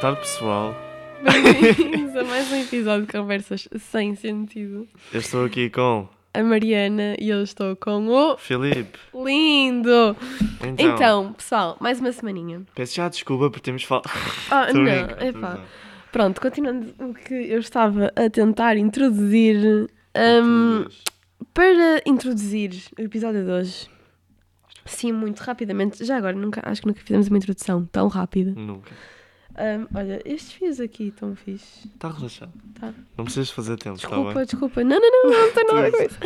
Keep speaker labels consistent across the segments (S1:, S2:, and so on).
S1: tarde, pessoal.
S2: Bem-vindos a mais um episódio de Conversas Sem Sentido.
S1: Eu estou aqui com
S2: A Mariana e eu estou com o
S1: Filipe.
S2: lindo.
S1: Então,
S2: Então, pessoal, mais uma semaninha.
S1: peço já desculpa por termos falado.
S2: Ah,
S1: Tô
S2: não,
S1: brincando, tô
S2: epá.
S1: brincando.
S2: Pronto, continuando o que eu estava a tentar introduzir. hum, para introduzir o episódio de hoje, sim, muito rapidamente, já agora, nunca, acho que nunca fizemos uma introdução tão rápida.
S1: Nunca.
S2: Hum, olha, estes fios aqui estão fixe.
S1: Está relaxado.
S2: Tá.
S1: Não precisas fazer tempo, está
S2: Desculpa,
S1: bem?
S2: desculpa. Não, não, não, não, Tá não tem nada a ver com isso.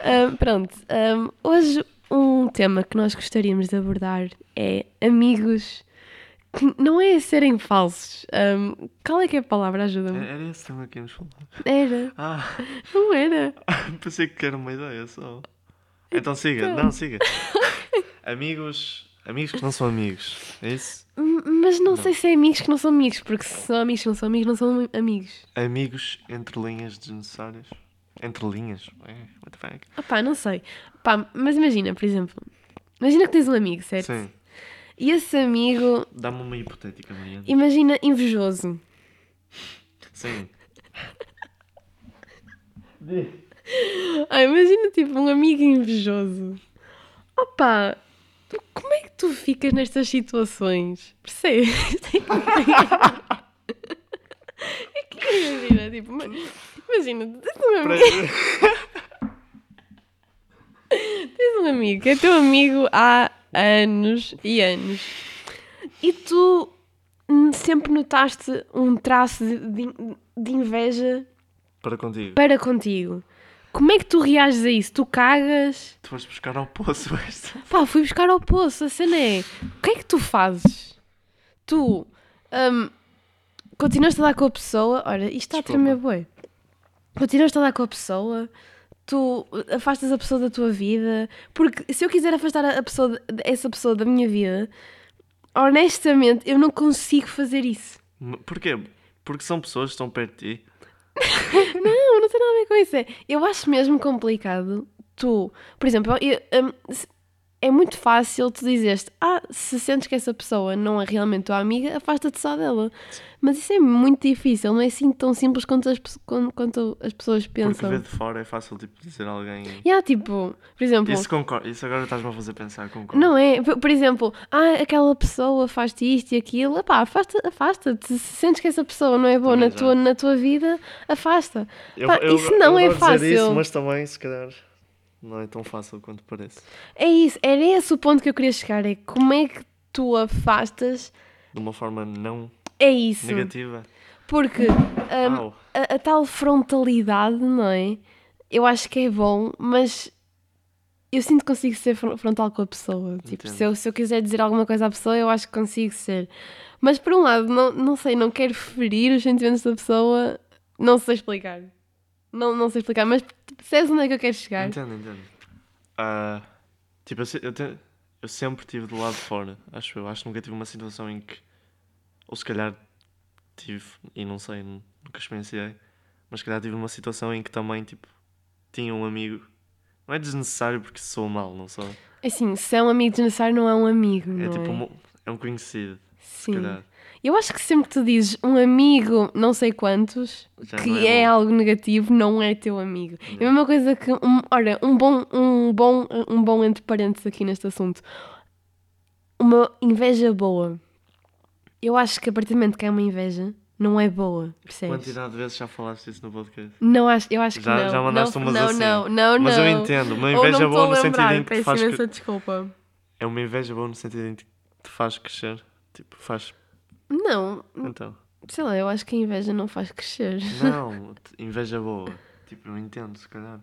S2: Ahm, pronto, ahm, hoje um tema que nós gostaríamos de abordar é amigos que não é serem falsos. Ahm, qual é que é a palavra? Ajuda-me.
S1: Era esse tema que íamos falar.
S2: É. Era,
S1: Ah,
S2: não era.
S1: pensei que era uma ideia só. Então siga, não, siga. Amigos, amigos que não são amigos. É isso?
S2: M- Mas não, sei se é amigos que não são amigos, porque se são amigos que não são amigos, não são amigos.
S1: Amigos entre linhas desnecessárias. Entre linhas? É, what the fuck?
S2: Ah pá, não sei. Pá, mas imagina, por exemplo, imagina que tens um amigo, certo?
S1: Sim.
S2: E esse amigo,
S1: Dá-me uma hipotética, Mariana.
S2: imagina invejoso.
S1: Sim.
S2: Ah, imagina tipo um amigo invejoso. Opa, tu- como é que tu ficas nestas situações? Percebes? É que imagina, tipo, ma- imagina, tens um amigo, tens um amigo que é teu amigo há anos e anos e tu hum, sempre notaste um traço de- de- de inveja
S1: Para contigo.
S2: para contigo. Como é que tu reages a isso? Tu cagas?
S1: Tu foste buscar ao poço esta.
S2: Pá, fui buscar ao poço, a cena é. O que é que tu fazes? Tu hum, continuas a dar com a pessoa. Ora, isto está a
S1: Desculpa.
S2: tremer boi. Continuas a dar com a pessoa, tu afastas a pessoa da tua vida. Porque se eu quiser afastar a pessoa, de- essa pessoa da minha vida, honestamente, eu não consigo fazer isso.
S1: Porquê? Porque são pessoas que estão perto de ti.
S2: Não, não tem nada a ver com isso. É, eu acho mesmo complicado tu, por exemplo, eu- hum, se- é muito fácil tu dizeres, ah, se sentes que essa pessoa não é realmente tua amiga, afasta-te só dela. Mas isso é muito difícil, não é assim tão simples quanto as, pe- quan- quanto as pessoas
S1: Porque ver
S2: pensam.
S1: de fora é fácil tipo, dizer a alguém.
S2: E há tipo, por exemplo,
S1: Isso concordo. Isso agora estás-me a fazer pensar, concordo.
S2: não é? Por por exemplo, ah, aquela pessoa faz-te isto e aquilo, epá, afasta- afasta-te. se sentes que essa pessoa não é boa
S1: Também
S2: na
S1: já.
S2: tua, na tua vida, afasta.
S1: Eu-
S2: Pá,
S1: eu-
S2: isso
S1: eu
S2: não é
S1: adoro dizer Isso,
S2: fácil.
S1: mas também, se calhar, não é tão fácil quanto parece.
S2: É isso, era esse o ponto que eu queria chegar, é como é que tu afastas,
S1: De uma forma não
S2: é isso,
S1: negativa.
S2: porque hum,
S1: Au.
S2: a, a tal frontalidade, não é? Eu acho que é bom, mas eu sinto que consigo ser fron- frontal com a pessoa, tipo,
S1: Entendo.
S2: se eu, se eu quiser dizer alguma coisa à pessoa, eu acho que consigo ser, mas por um lado, não, não sei, não quero ferir os sentimentos da pessoa, não sei explicar, não, não sei explicar, mas percebes onde é que eu quero chegar?
S1: Entendo, entendo. Ah, tipo, eu, se- eu te- eu sempre estive do lado de fora, acho eu. Acho que nunca tive uma situação em que. Ou se calhar tive, e não sei, nu- nunca experienciei. Mas se calhar tive uma situação em que também, tipo, tinha um amigo. Não é desnecessário porque sou mal, não sou?
S2: Assim, se é um amigo desnecessário, não é um amigo, não
S1: É
S2: é?
S1: tipo, um- é um conhecido, se
S2: Sim. é
S1: calhar.
S2: Eu acho que sempre que tu dizes um amigo, não sei quantos,
S1: Já não
S2: que é,
S1: bom.
S2: algo negativo, não é teu amigo. É a mesma coisa que, um, ora, um bom, um, bom, um bom entre parênteses aqui neste assunto. Uma inveja boa. Eu acho que a partir do momento que é uma inveja, não é boa, percebes?
S1: Quantidade de vezes já falaste isso no podcast?
S2: Não acho, eu acho que
S1: Já-
S2: não.
S1: já mandaste
S2: não,
S1: umas
S2: não,
S1: assim.
S2: Não, não, não.
S1: Mas eu entendo, uma
S2: Ou não
S1: inveja
S2: me
S1: boa
S2: estou
S1: no
S2: a
S1: sentido
S2: lembrar,
S1: em que te
S2: peço
S1: faz. cre-
S2: imensa desculpa.
S1: É uma inveja boa no sentido em que te faz crescer. Tipo, faz.
S2: Não,
S1: Então.
S2: sei lá, eu acho que a inveja não faz crescer.
S1: Não, t- inveja boa. Tipo, eu entendo, se calhar.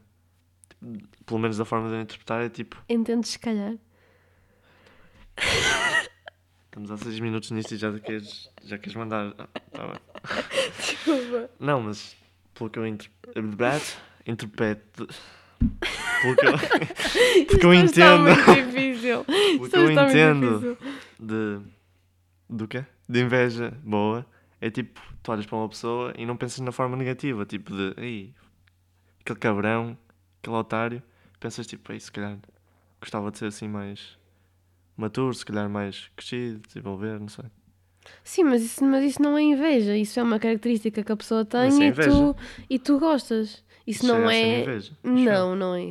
S1: Tipo, pelo menos da forma de eu interpretar, é tipo,
S2: Entendes, se calhar.
S1: estamos há 6 minutos nisto e já queres, já queres mandar. Ah, tá bem.
S2: Desculpa.
S1: Não, mas pelo que eu interpreto. Interpreto. Pelo que eu, porque eu
S2: Isto está
S1: entendo.
S2: muito
S1: pelo
S2: difícil.
S1: que
S2: Isto
S1: eu
S2: está muito
S1: entendo
S2: difícil.
S1: de. do quê? De inveja boa. É tipo, tu olhas para uma pessoa e não pensas na forma negativa, tipo de. Ei, aquele cabrão, aquele otário. Pensas tipo, ei, se calhar gostava de ser assim mais. Maturo, se calhar mais crescido, desenvolver, não sei.
S2: Sim, mas isso, mas isso não é inveja. Isso é uma característica que a pessoa tem
S1: Isso é
S2: e, tu, e tu gostas. Isso não
S1: chega a ser
S2: é.
S1: assim inveja, acho eu.
S2: Não, não é.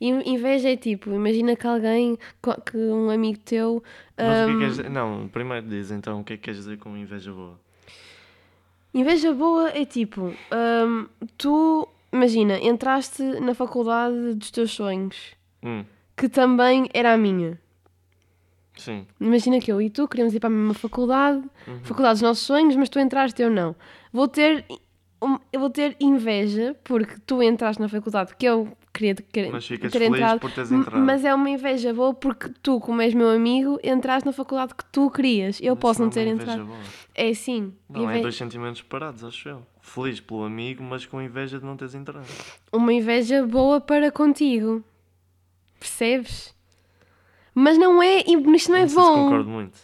S2: In- Inveja é tipo, imagina que alguém, co- que um amigo teu.
S1: Mas o que é que
S2: hum,
S1: queres dizer? Não, primeiro diz então o que é que queres dizer com inveja boa?
S2: Inveja boa é tipo, hum, tu, imagina, entraste na faculdade dos teus sonhos,
S1: Hum,
S2: que também era a minha.
S1: sim.
S2: Imagina que eu e tu queríamos ir para a mesma faculdade,
S1: Uhum.
S2: faculdade dos nossos sonhos, mas tu entraste, eu não. Vou ter, um- eu vou ter inveja porque tu entraste na faculdade que eu queria ter, quer-
S1: Mas ficas
S2: ter
S1: feliz
S2: entrado,
S1: por teres
S2: m-
S1: entrado.
S2: mas é uma inveja boa porque tu, como és meu amigo, entraste na faculdade que tu querias. Eu
S1: Isso
S2: posso não
S1: é
S2: ter
S1: uma inveja
S2: entrado.
S1: boa.
S2: É sim.
S1: Não, é
S2: inve-
S1: dois sentimentos parados, acho eu. Feliz pelo amigo, mas com inveja de não teres entrado.
S2: uma inveja boa para contigo. Percebes? Mas não é, isto não é
S1: não sei se
S2: bom.
S1: concordo muito.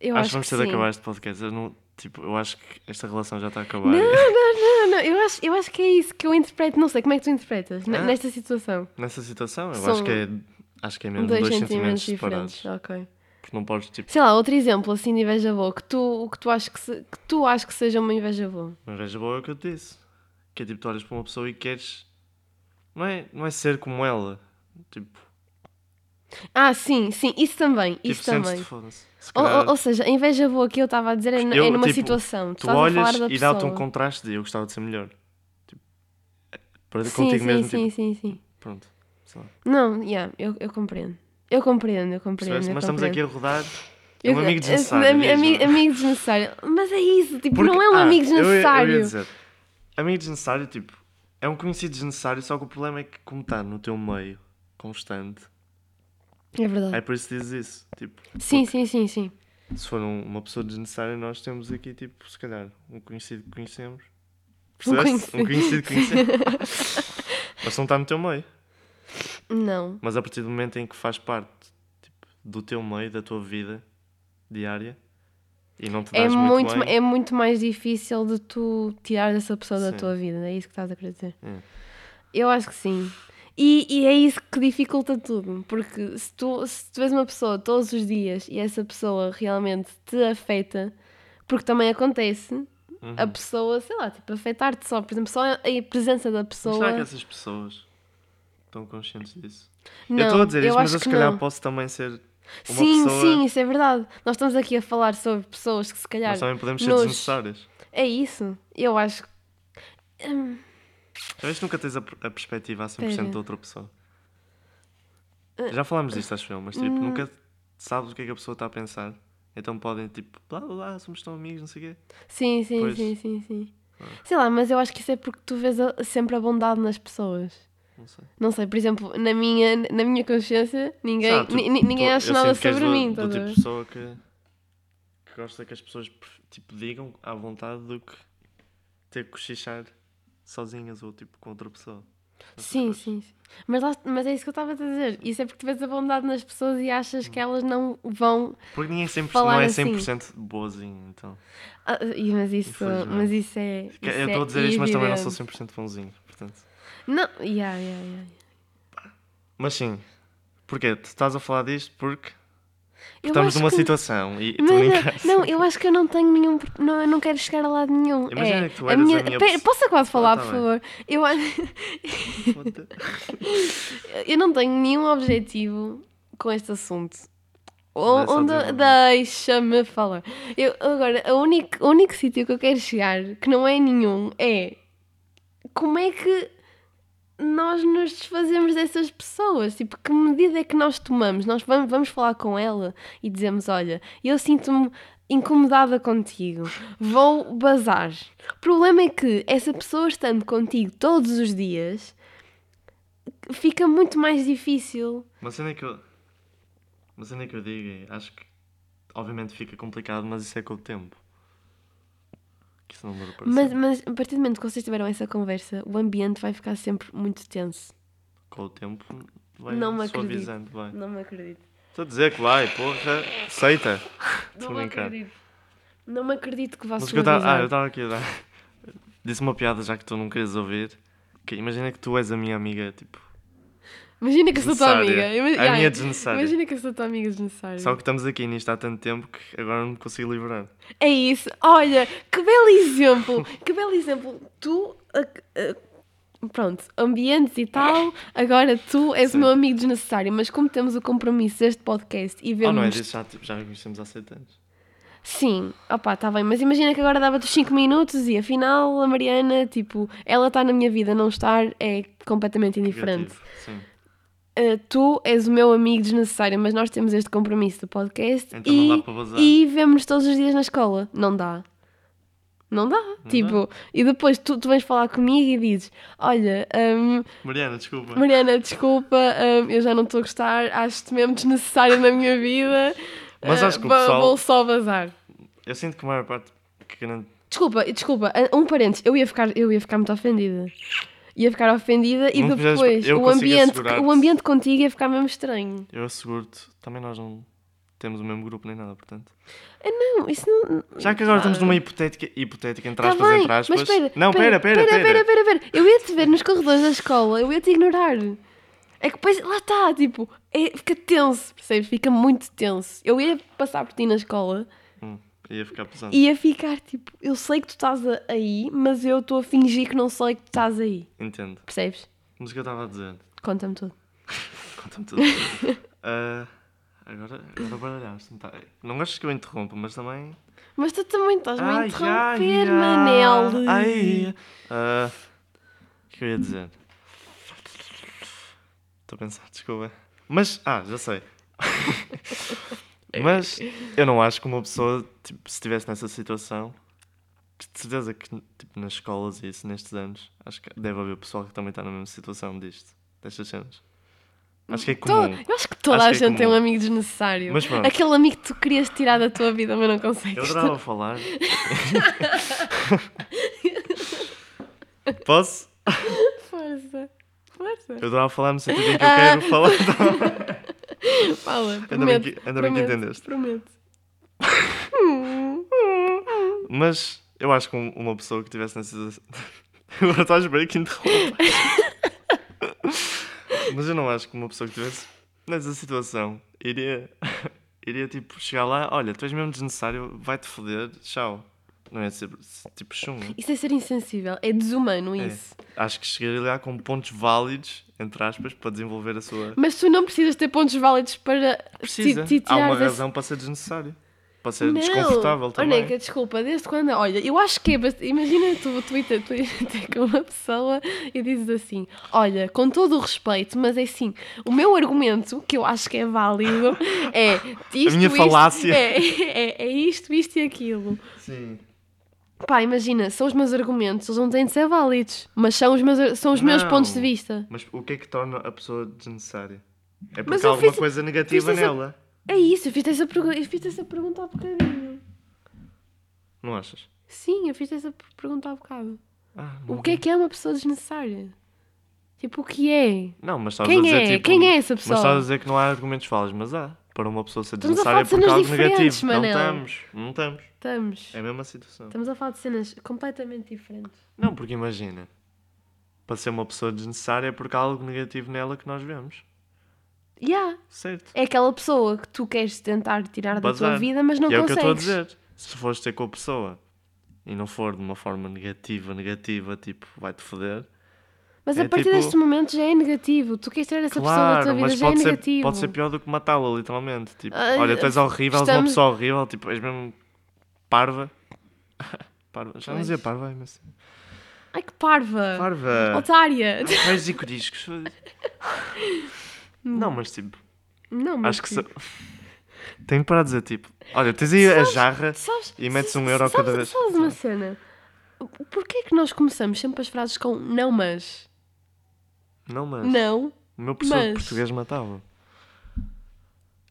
S2: Eu
S1: acho que vamos ter de
S2: sim.
S1: acabar este podcast. Eu, não, tipo, eu acho que esta relação já está a acabar.
S2: Não, não, não, não. Eu acho, eu acho que é isso que eu interpreto. Não sei como é que tu interpretas ne-
S1: Ah.
S2: nesta situação.
S1: Nessa situação, eu
S2: São
S1: acho que é, acho que é mesmo
S2: Dois,
S1: dois, sentimentos,
S2: sentimentos, diferentes.
S1: separados.
S2: Ok.
S1: Porque não podes, tipo,
S2: Sei lá, outro exemplo assim de inveja boa que tu, que tu, achas, que se- que tu achas que seja uma inveja boa.
S1: uma inveja boa é o que eu te disse. Que é tipo, tu olhas para uma pessoa e queres. Não é, não é ser como ela. Tipo,
S2: Ah, sim, sim, isso também.
S1: tipo
S2: Isso também.
S1: sentes-te foda-se. Se
S2: Ou, ou-
S1: calhar
S2: ou seja, a inveja boa que eu estava a dizer é, n- é
S1: Eu,
S2: numa
S1: tipo,
S2: situação. Tu,
S1: tu
S2: estás a
S1: olhas
S2: falar da
S1: e
S2: pessoa.
S1: dá-te um contraste de eu gostava de ser melhor. Tipo, é, para
S2: sim,
S1: contigo
S2: sim,
S1: mesmo,
S2: sim,
S1: tipo,
S2: sim, sim.
S1: pronto. Sei lá.
S2: Não, yeah, eu, eu compreendo. Eu compreendo, eu compreendo.
S1: Percebeste?
S2: eu
S1: mas estamos
S2: compreendo.
S1: aqui a rodar. É
S2: Eu-
S1: um amigo desnecessário.
S2: ami- ami-
S1: mesmo.
S2: amigo desnecessário. Mas é isso, tipo,
S1: Porque-
S2: não é um
S1: ah,
S2: amigo
S1: eu ia- eu ia
S2: desnecessário.
S1: dizer, amigo desnecessário, tipo, é um conhecido desnecessário, só que o problema é que, como está no teu meio constante,
S2: É verdade.
S1: é por isso que dizes isso. Tipo,
S2: Sim, sim, sim, sim.
S1: se for um- uma pessoa desnecessária, nós temos aqui, tipo, se calhar, um conhecido que conhecemos.
S2: Um
S1: Percebeste? Um conhecido
S2: conhecido.
S1: que conhecemos. Mas não está no teu meio.
S2: Não.
S1: Mas a partir do momento em que faz parte tipo, do teu meio, da tua vida diária, e não te
S2: É
S1: dás muito,
S2: muito, ma-
S1: bem,
S2: é muito mais difícil de tu tirar dessa pessoa da
S1: Sim.
S2: tua vida. É isso que estás a querer dizer.
S1: É.
S2: Eu acho que sim. E, e é isso que dificulta tudo, porque se tu, se tu és uma pessoa todos os dias e essa pessoa realmente te afeta, porque também acontece
S1: Uhum.
S2: a pessoa, sei lá, tipo, afetar-te só, por exemplo, só a a presença da
S1: Mas
S2: pessoa.
S1: será que essas pessoas estão conscientes disso?
S2: Não,
S1: eu estou a dizer isto, mas
S2: acho
S1: eu
S2: que
S1: se calhar
S2: não.
S1: posso também ser uma
S2: Sim,
S1: pessoa.
S2: sim, isso é verdade. Nós estamos aqui a falar sobre pessoas que se calhar.
S1: Nós também podemos ser
S2: nos-
S1: desnecessárias.
S2: É isso. Eu acho que.
S1: Talvez Então, nunca tens a, per- a perspectiva a 100%
S2: Pera.
S1: de outra pessoa.
S2: Eh,
S1: Já falámos disto, acho eu, mas tipo,
S2: hum.
S1: nunca sabes o que é que a pessoa está a pensar. Então podem, tipo, blá blá blá, somos tão amigos, não sei o quê.
S2: Sim, sim,
S1: Pois. Ah.
S2: sim, sim, sim. Sei lá, mas eu acho que isso é porque tu vês a- sempre a bondade nas pessoas.
S1: Não sei.
S2: Não sei, por exemplo, na minha, na minha consciência, ninguém,
S1: Sei lá, tu-
S2: ni- ni- ninguém
S1: tu-
S2: acha
S1: eu
S2: nada
S1: sinto que és
S2: sobre
S1: do-
S2: mim.
S1: Do,
S2: estás a
S1: tipo de
S2: ver?
S1: pessoa que, que gosta que as pessoas tipo, digam à vontade do que ter que cochichar sozinhas ou tipo com outra pessoa. Essas
S2: Sim,
S1: coisas.
S2: sim, sim. Mas, lá- mas é isso que eu estava a dizer. Isso é porque tu vês a bondade nas pessoas e achas que elas não vão.
S1: Porque ninguém é 100%,
S2: Falar
S1: não é
S2: assim.
S1: 100% boazinho, então.
S2: Ah, e- mas, isso,
S1: Infelizmente.
S2: mas isso é. Isso
S1: Que- eu estou
S2: é
S1: a dizer isto, mas também não sou
S2: evidente.
S1: 100% bonzinho, portanto.
S2: Não, yeah, yeah, yeah.
S1: Mas sim, porquê? Tu estás a falar disto porque
S2: Eu
S1: estamos
S2: acho
S1: numa
S2: que-
S1: situação e tu
S2: Não,
S1: nem
S2: não,
S1: queres.
S2: não, eu acho que eu não tenho nenhum. Não, eu não quero chegar a lado nenhum.
S1: Imagina
S2: é,
S1: que tu eras a minha
S2: Pera,
S1: pessoa-
S2: posso quase falar,
S1: tá
S2: por
S1: bem.
S2: favor? Eu, a-
S1: Foda-
S2: eu não tenho nenhum objetivo com este assunto. O-
S1: Vai só
S2: Onde,
S1: desenvolver.
S2: deixa-me falar. Eu, agora, a única- o único, sítio que eu quero chegar, que não é nenhum, é como é que nós nos desfazemos dessas pessoas? Tipo, que medida é que nós tomamos? Nós vamos, vamos falar com ela e dizemos: Olha, eu sinto-me incomodada contigo, vou bazar. O problema é que essa pessoa estando contigo todos os dias fica muito mais difícil.
S1: Uma cena que eu. Uma cena que eu digo, é, acho que obviamente fica complicado, mas isso é com o tempo. Que isso não dura para
S2: Mas,
S1: sempre.
S2: mas a partir do momento que vocês tiveram essa conversa, o ambiente vai ficar sempre muito tenso.
S1: Com o tempo vai
S2: Não me
S1: suavizando, vai.
S2: Não me acredito.
S1: Estou a dizer que vai, porra, aceita. Estou
S2: Não
S1: a
S2: me
S1: brincar.
S2: acredito. Não me acredito que vá
S1: Mas o que eu estava ah, eu estava
S2: suavizar.
S1: aqui a dar. Disse uma piada já que tu não queres ouvir. Que imagina que tu és a minha amiga, tipo,
S2: Imagina que eu sou tua amiga.
S1: Desnecessária.
S2: Ima-
S1: A
S2: yeah,
S1: minha é desnecessária.
S2: Imagina que eu sou tua amiga desnecessária.
S1: Só que estamos aqui nisto há tanto tempo que agora não me consigo livrar.
S2: É isso. Olha, que belo exemplo. Que belo exemplo. Tu. ah, ah, pronto, ambientes e tal. Agora tu és
S1: Sim.
S2: o meu amigo desnecessário. Mas como temos o compromisso deste podcast e
S1: Ou
S2: vemos.
S1: não é disso? Já, tipo, já nos conhecemos há 7 anos.
S2: Sim, opá, está bem, mas imagina que agora dava-te 5 minutos e afinal a Mariana, tipo, ela está na minha vida, não estar é completamente indiferente.
S1: Negativo, Sim.
S2: Uh, tu és o meu amigo desnecessário, mas nós temos este compromisso do podcast
S1: Então
S2: e,
S1: não dá para bazar.
S2: e vemos-nos todos os dias na escola. Não dá. Não dá. tipo, e depois tu, tu vens falar comigo e dizes: Olha, hum,
S1: Mariana, desculpa.
S2: Mariana, desculpa, hum, eu já não estou a gostar, acho-te mesmo desnecessário na minha vida.
S1: Mas
S2: uh,
S1: acho que o
S2: vou-
S1: pessoal-
S2: vou só bazar.
S1: Eu sinto que a maior parte que não...
S2: Desculpa, desculpa, um parênteses, eu ia ficar, eu ia ficar muito ofendida. Ia ficar ofendida e
S1: Não me fizeste-
S2: depois
S1: eu
S2: o
S1: consigo
S2: ambiente,
S1: assegurar-te.
S2: o ambiente contigo ia ficar mesmo estranho.
S1: Eu asseguro-te, também nós não temos o mesmo grupo nem nada, portanto.
S2: Ah, Não, isso não.
S1: Já que agora
S2: Ah.
S1: estamos numa hipotética, hipotética entre
S2: Tá
S1: aspas,
S2: bem,
S1: entre aspas.
S2: mas espera,
S1: não, pera, pera, pera.
S2: pera, pera, pera. Eu ia te ver nos corredores da escola, eu ia te ignorar. É que depois, lá está, tipo, é- fica tenso, percebes? Fica muito tenso. Eu ia passar por ti na escola
S1: Hum, ia ficar pesado.
S2: e ia ficar tipo, eu sei que tu estás a- aí, mas eu estou a fingir que não sei que tu estás aí,
S1: Entendo.
S2: percebes?
S1: Mas o que eu estava a dizer?
S2: Conta-me tudo.
S1: Conta-me tudo. Ah, agora agora baralhaste-me. tá. Não gostas que eu interrompa, mas também.
S2: Mas tu também estás-me a
S1: Ai, ai,
S2: interromper,
S1: ai.
S2: Manel.
S1: Ai. ah, O que eu ia dizer? Estou a pensar, desculpa. Mas, ah, já sei. Mas eu não acho que uma pessoa, tipo, se estivesse nessa situação, que de certeza que tipo, nas escolas e isso, nestes anos, acho que deve haver pessoal que também está na mesma situação disto, destas cenas. Acho que é
S2: To-
S1: comum.
S2: eu acho que toda
S1: Acho
S2: a
S1: que é
S2: gente tem um
S1: comum.
S2: amigo desnecessário.
S1: Mas pronto. É
S2: Aquele amigo que tu querias tirar da tua vida, mas não consegues. Então,
S1: Eu adorava falar. Posso?
S2: Força. Força.
S1: Eu adorava falar no sentido em que eu quero falar.
S2: Fala.
S1: Ainda bem
S2: Prometo.
S1: que, ainda bem que
S2: prometo,
S1: entendeste.
S2: Prometo.
S1: Mas eu acho que um- uma pessoa que estivesse nessa situação. Agora estás bem que interrompa. Mas eu não acho que uma pessoa que estivesse nessa situação iria. iria tipo chegar lá, olha, tu és mesmo desnecessário, vai-te foder, tchau. Não é ser tipo chungo.
S2: Isso é ser insensível. É desumano
S1: É.
S2: isso.
S1: Acho que chegaria lá com pontos válidos, entre aspas, para desenvolver a sua.
S2: Mas tu não precisas ter pontos válidos para ti-
S1: Precisa.
S2: ti
S1: Há uma
S2: tirares esse-
S1: razão para ser desnecessário. Para ser
S2: Não.
S1: desconfortável também.
S2: Oneca, desculpa, desde quando? Olha, eu acho que é bastante. Imagina tu Twitter, tu ires ter com uma pessoa e dizes assim: Olha, com todo o respeito, mas é assim, o meu argumento, que eu acho que é válido, é isto,
S1: minha
S2: isto,
S1: falácia.
S2: É, é, é isto, isto e aquilo.
S1: Sim.
S2: Pá, imagina, são os meus argumentos, eles não têm de ser válidos, mas são os meus, são os meus
S1: Não.
S2: pontos de vista.
S1: Mas o que é que torna a pessoa desnecessária? É
S2: Mas
S1: porque há
S2: eu
S1: alguma
S2: fiz-
S1: coisa negativa
S2: fiz essa-
S1: nela.
S2: É isso, eu fiz essa, pergu- eu fiz essa pergunta há bocadinho.
S1: Não achas?
S2: Sim, eu fiz essa per- pergunta há bocado.
S1: Ah, não.
S2: O que é que é uma pessoa desnecessária? Tipo, o que é?
S1: Não, mas estavas
S2: Quem
S1: a dizer
S2: é?
S1: tipo.
S2: Quem é essa pessoa?
S1: Mas estavas a dizer que não há argumentos falas, mas há. Para uma pessoa ser
S2: Estamos a falar
S1: desnecessária é
S2: de
S1: porque há
S2: cenas
S1: algo
S2: diferentes,
S1: negativo. Não
S2: Manel.
S1: estamos, não estamos.
S2: Estamos.
S1: É a mesma situação.
S2: Estamos a falar de cenas completamente diferentes.
S1: Não, porque imagina. Para ser uma pessoa desnecessária é porque há algo negativo nela que nós vemos.
S2: Yeah.
S1: Certo.
S2: É aquela pessoa que tu queres tentar tirar da tua
S1: Bazar.
S2: vida, mas não
S1: e é o que eu
S2: consegues.
S1: estou a dizer. Se fores ter com a pessoa e não for de uma forma negativa, negativa, tipo, vai-te foder.
S2: Mas
S1: É
S2: a partir
S1: tipo-
S2: deste momento já é negativo. Tu queres tirar essa pessoa da tua
S1: Claro,
S2: vida,
S1: mas
S2: já é
S1: pode ser,
S2: negativo.
S1: pode ser pior do que matá-la, literalmente. Tipo,
S2: Ah,
S1: olha, tu és horrível, és uma
S2: estamos-
S1: pessoa horrível, tipo, és mesmo parva. parva. Já não dizia
S2: Pois.
S1: parva, é, mas.
S2: Ai que parva!
S1: Parva!
S2: tá- Otária!
S1: Vais e coriscos. Não, mas tipo,
S2: Não, Hum. mas.
S1: acho que.
S2: tipo,
S1: se- Tenho para dizer, tipo, olha, tens aí a jarra.
S2: sabes-
S1: e metes
S2: sa-
S1: um euro a cada
S2: sabes-
S1: vez.
S2: Sabes uma cena? Porquê é que nós começamos sempre as frases com não, mas?
S1: Não, mas.
S2: Não,
S1: O meu professor de
S2: mas-
S1: português matava.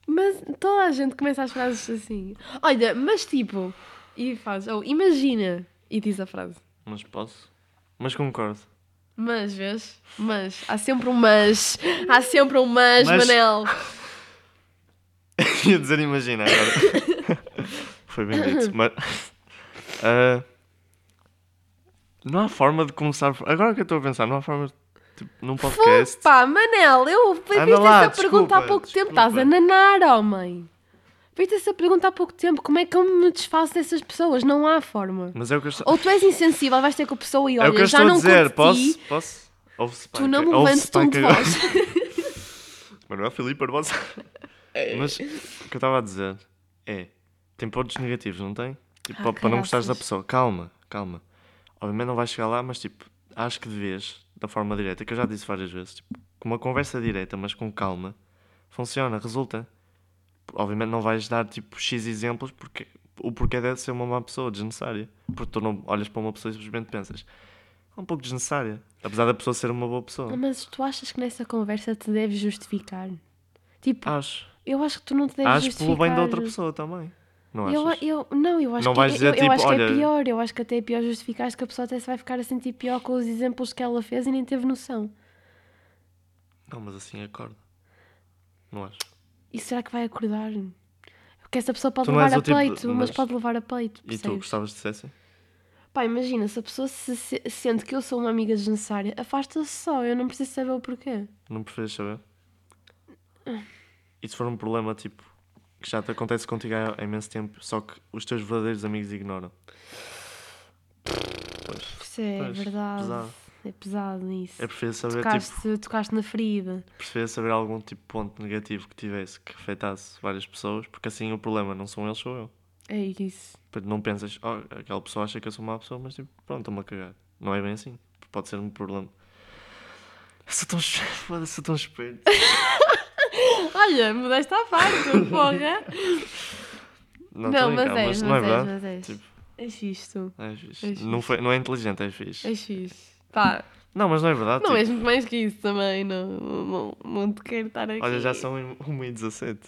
S2: Mas toda a gente começa as frases assim. Olha, mas tipo. E faz. Ou imagina. E diz a frase.
S1: Mas posso? Mas concordo.
S2: Mas, vês? Mas. Há sempre um mas. Há sempre um mas,
S1: Mas-
S2: Manel.
S1: Ia dizer imagina agora. Foi bem dito. Mas, Ah, não há forma de começar. Agora que eu estou a pensar, não há forma tipo, num podcast.
S2: Pá, Manel, eu fiz
S1: Anda lá,
S2: essa pergunta há
S1: desculpa,
S2: pouco
S1: desculpa.
S2: tempo. Estás a nanar, homem. Fiz essa pergunta há pouco tempo. Como é que eu me desfaço dessas pessoas? Não há forma.
S1: Mas é o que eu estou,
S2: Ou tu és insensível, vais ter com a pessoa e olha,
S1: é o que eu
S2: já
S1: estou a
S2: não
S1: dizer.
S2: curti,
S1: Posso? Posso? Ouve-se
S2: tu não me
S1: panca- ouve-se
S2: levantes tão de
S1: panca-
S2: voz.
S1: Manuel Filipe Barbosa. Mas o que eu estava a dizer é: tem pontos negativos, não tem? Tipo,
S2: Ah,
S1: para- para não gostares da
S2: caraças.
S1: pessoa. Calma, calma. Obviamente não vais chegar lá, mas tipo, acho que deves, da forma direta, que eu já disse várias vezes, tipo, com uma conversa direta, mas com calma, funciona, resulta. Obviamente não vais dar tipo X exemplos porque o porquê deve ser uma má pessoa, desnecessária. Porque tu não olhas para uma pessoa e simplesmente pensas, é um pouco desnecessária. Apesar da pessoa ser uma boa pessoa.
S2: Mas tu achas que nessa conversa te deves justificar? Tipo,
S1: Acho.
S2: eu acho que tu não te deves
S1: Ah, Acho
S2: justificar.
S1: pelo bem da outra pessoa também. Não
S2: Eu,
S1: achas?
S2: eu, não, eu acho,
S1: Não
S2: que,
S1: vais
S2: eu-
S1: dizer
S2: eu,
S1: tipo,
S2: acho que
S1: "Olha-
S2: é pior. Eu acho que até é pior justificar que a pessoa até se vai ficar a sentir pior com os exemplos que ela fez e nem teve noção.
S1: Não, mas assim acorda. Não acho.
S2: E será que vai acordar? Porque essa pessoa pode
S1: Tu não
S2: levar
S1: és o
S2: a
S1: tipo de-
S2: peito, mas...
S1: mas-
S2: pode levar a peito.
S1: E tu
S2: percebes?
S1: gostavas de assim? dissessem?
S2: Pá, imagina, se a pessoa se se- sente que eu sou uma amiga desnecessária, afasta-se só, eu não preciso saber o porquê.
S1: Não preferes saber? E se for um problema tipo que já te acontece contigo há há imenso tempo, só que os teus verdadeiros amigos ignoram. Pois.
S2: Isso é
S1: Pois,
S2: verdade.
S1: pesado.
S2: É pesado isso.
S1: É preferia saber, tipo,
S2: tocaste, tocaste na ferida.
S1: preferia saber algum tipo de ponto negativo que tivesse que afetasse várias pessoas, porque assim o problema não são eles, sou eu.
S2: É isso.
S1: Porque Não pensas, oh, aquela pessoa acha que eu sou uma pessoa, mas tipo, pronto, estou-me a cagar. Não é bem assim. Pode ser um problema. Eu sou tão esperto, foda-se, sou tão esperto.
S2: Olha, mudaste a parte, porra.
S1: Não,
S2: não,
S1: tô a
S2: mas
S1: brincar,
S2: és, mas,
S1: não é
S2: és,
S1: verdade.
S2: mas és.
S1: Tipo-
S2: És isto.
S1: É fixe.
S2: És
S1: não,
S2: fixe.
S1: foi, não é inteligente, é fixe.
S2: És fixe. Pá,
S1: Não, mas não é verdade.
S2: não
S1: tipo,
S2: és muito mais que isso também, não, não, não te quero estar aqui.
S1: Olha, já são em 1 e 17.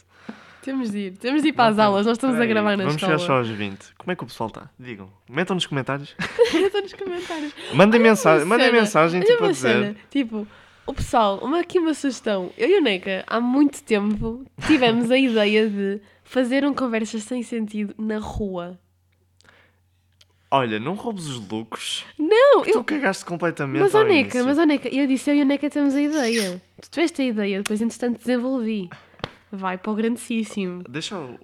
S2: Temos de ir, temos de ir para as
S1: Não,
S2: aulas, nós estamos a
S1: peraí,
S2: gravar na
S1: Vamos
S2: escola.
S1: chegar só aos 20. Como é que o pessoal está? Digam. Metam nos comentários.
S2: Estou nos comentários.
S1: Mandem mensagem,
S2: Uma
S1: mandem
S2: cena,
S1: mensagem
S2: olha
S1: tipo a
S2: uma
S1: dizer.
S2: cena, tipo, o pessoal, uma, aqui uma sugestão. Eu e o Neca, há muito tempo, tivemos a ideia de fazer um conversas sem sentido na rua.
S1: Olha, não roubes os lucros.
S2: Não,
S1: Tu
S2: eu.
S1: cagaste completamente.
S2: Mas, ó
S1: ao
S2: Neca,
S1: início.
S2: mas, ó Neca, eu disse, eu e o Neca temos a ideia. Tu tiveste a ideia, depois, entretanto, desenvolvi. Vai para o grandíssimo.
S1: Deixa eu...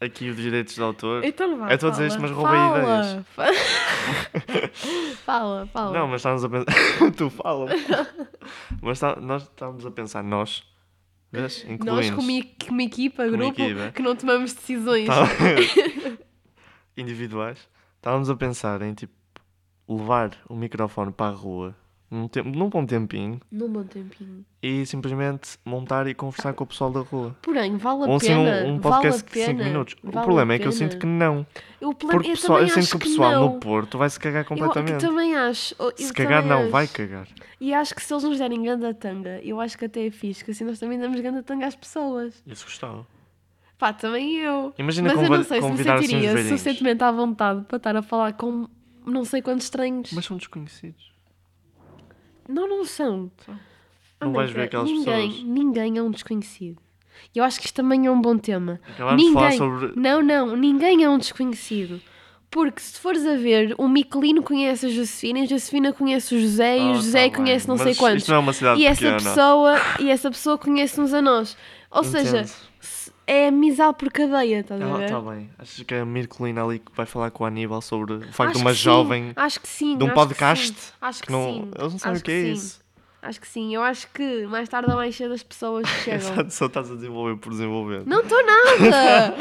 S1: aqui os direitos de autor.
S2: Então vá.
S1: Eu estou a dizer
S2: fala,
S1: isto, mas roubei ideias.
S2: fala. Fala, fala.
S1: Não, mas estávamos a pensar. tu fala. mas tá- nós estávamos a pensar, nós. Vês?
S2: Nós,
S1: Incluindo.
S2: como, i- como equipa,
S1: Como
S2: grupo,
S1: equipa.
S2: que não tomamos decisões.
S1: Tá- individuais. Estávamos a pensar em tipo levar o microfone para a rua num, tem- num bom tempinho
S2: Num bom tempinho.
S1: e simplesmente montar e conversar com o pessoal da rua.
S2: Porém, vale a
S1: Ou assim
S2: pena.
S1: um, um podcast
S2: vale a
S1: de 5
S2: pena,
S1: minutos. o
S2: vale
S1: problema
S2: a
S1: é que eu
S2: pena.
S1: sinto que não.
S2: O plan...
S1: Porque
S2: eu
S1: o pessoal, eu
S2: também
S1: sinto
S2: acho
S1: que o pessoal
S2: não.
S1: no Porto vai se cagar
S2: Eu, eu
S1: completamente.
S2: também acho. Eu- eu
S1: se cagar,
S2: também
S1: não, vai
S2: acho.
S1: cagar.
S2: E acho que se eles nos derem ganda tanga, eu acho que até é fixe, que assim nós também damos ganda tanga às pessoas.
S1: Isso gostava.
S2: Pá, também eu.
S1: Imagina
S2: Mas eu
S1: conva-
S2: não sei se me
S1: convidar assim uns
S2: sentiria
S1: velhinhos.
S2: suficientemente à vontade para estar a falar com não sei quantos estranhos.
S1: Mas são desconhecidos.
S2: Não, não são.
S1: Não
S2: Ah,
S1: vais
S2: Neca,
S1: ver aquelas
S2: ninguém,
S1: pessoas.
S2: Ninguém é um desconhecido. E Eu acho que isto também é um bom tema.
S1: Acabámos de
S2: ninguém,
S1: falar sobre-
S2: Não, não, ninguém é um desconhecido. Porque se fores a ver, o Miquelino conhece a Josefina, e a Josefina conhece o José, e
S1: Ah,
S2: o José
S1: tá
S2: conhece
S1: bem.
S2: não sei
S1: Mas
S2: quantos.
S1: Isto não é uma cidade
S2: e essa
S1: pequena.
S2: pessoa e essa pessoa conhece-nos a nós. Ou seja,
S1: Entendo.
S2: se- é amizade por cadeia, estás a
S1: Ela
S2: ver?
S1: está bem. Achas que é a Mircolina ali que vai falar com o Aníbal sobre o facto
S2: Acho
S1: de uma
S2: que sim,
S1: jovem
S2: acho que sim,
S1: de um
S2: acho
S1: podcast
S2: que, sim, acho que,
S1: que não.
S2: sim,
S1: Eles não sabem
S2: acho
S1: o que é
S2: sim,
S1: isso.
S2: Acho que sim, eu acho que mais tarde ou mais cedo as pessoas chegam.
S1: Exato, só estás a desenvolver por desenvolver.
S2: Não estou nada!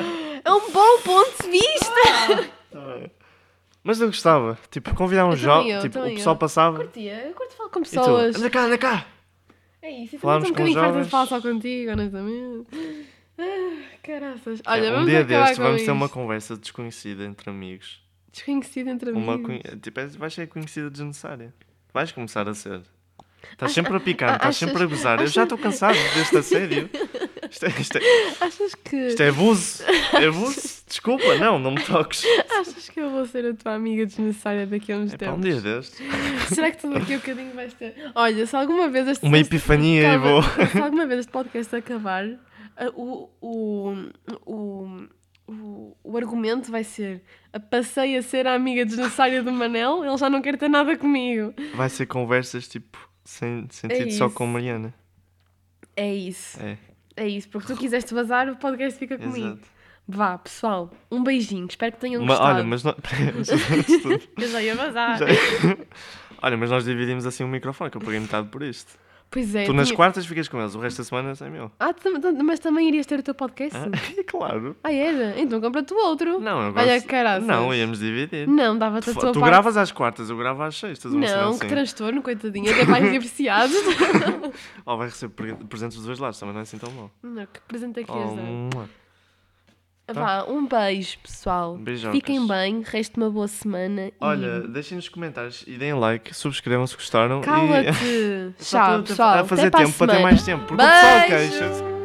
S2: É um bom ponto de vista!
S1: Tá Mas eu gostava, tipo, convidar um
S2: Eu também
S1: jovem,
S2: eu,
S1: tipo, o
S2: também
S1: pessoal
S2: eu.
S1: passava
S2: Curtia, eu curto falar com
S1: e tu,
S2: pessoas.
S1: anda cá, anda cá.
S2: É isso, eu também
S1: Falámos
S2: estou um
S1: com
S2: bocadinho farta
S1: jovens.
S2: de falar só contigo, honestamente. Ah, caraças. Olha,
S1: É, um
S2: vamos
S1: dia
S2: acabar
S1: deste
S2: com
S1: vamos ter
S2: isto.
S1: uma conversa desconhecida entre amigos.
S2: Desconhecido entre amigos.
S1: Uma conhe- tipo, é- vais ser conhecida desnecessária. Vais começar a ser. Estás sempre a picar,
S2: ah,
S1: estás
S2: achas-
S1: sempre a gozar. Eu já estou cansado deste assédio. Isto é- isto é,
S2: Achas que...
S1: Isto é abuso. É abuso. Desculpa, não, não me toques.
S2: Achas que eu vou ser a tua amiga desnecessária daqui a uns
S1: É pá, um
S2: tempos?
S1: dia deste.
S2: Será que tu daqui a um bocadinho vais ter... Olha, se alguma vez este...
S1: Uma
S2: este-
S1: epifania e vou.
S2: Calma, Se alguma vez este podcast acabar, a- o, o, o, o, o argumento vai ser a passei a ser a amiga desnecessária do Manel, ele já não quer ter nada comigo.
S1: Vai ser conversas tipo Sem sentido só
S2: isso.
S1: com Mariana.
S2: É isso.
S1: É,
S2: É isso. Porque tu quiseste vazar, o podcast fica comigo.
S1: exato.
S2: Vá, pessoal. Um beijinho. Espero que tenham
S1: Ma-
S2: gostado.
S1: olha, mas nós...
S2: Eu já ia vazar.
S1: Já- olha, mas nós dividimos assim o microfone, que eu paguei metade por isto.
S2: Pois é.
S1: tu nas
S2: tinha-
S1: quartas ficas com eles, o resto da semana é meu.
S2: Ah, tam- tam- mas também irias ter o teu podcast?
S1: Ah, claro.
S2: Ah, era? Então compra-te outro.
S1: Não, eu gosto...
S2: Olha, caraças. Hum,
S1: Não, íamos dividir.
S2: Não, dava-te
S1: Tu,
S2: a
S1: fa-
S2: tua
S1: tu
S2: parte.
S1: gravas às quartas, eu gravo às sextas. uma cena
S2: Não,
S1: assim.
S2: que transtorno, coitadinha. Até mais divorciados.
S1: Oh, vai receber pre- presentes dos dois lados, também não é assim tão mal.
S2: não, que presente é que ias
S1: Oh,
S2: dar?
S1: mua.
S2: Vá, um beijo, pessoal.
S1: tá. Beijocas.
S2: Fiquem bem, resto de uma boa semana.
S1: Olha,
S2: e...
S1: deixem nos comentários e deem like, subscrevam se gostaram. e-
S2: Cala-te!
S1: Só
S2: Tchau,
S1: estou a-
S2: pessoal.
S1: A fazer
S2: até para a
S1: tempo para ter
S2: semana.
S1: mais tempo, porque o pessoal
S2: Beijos!
S1: queixa-se.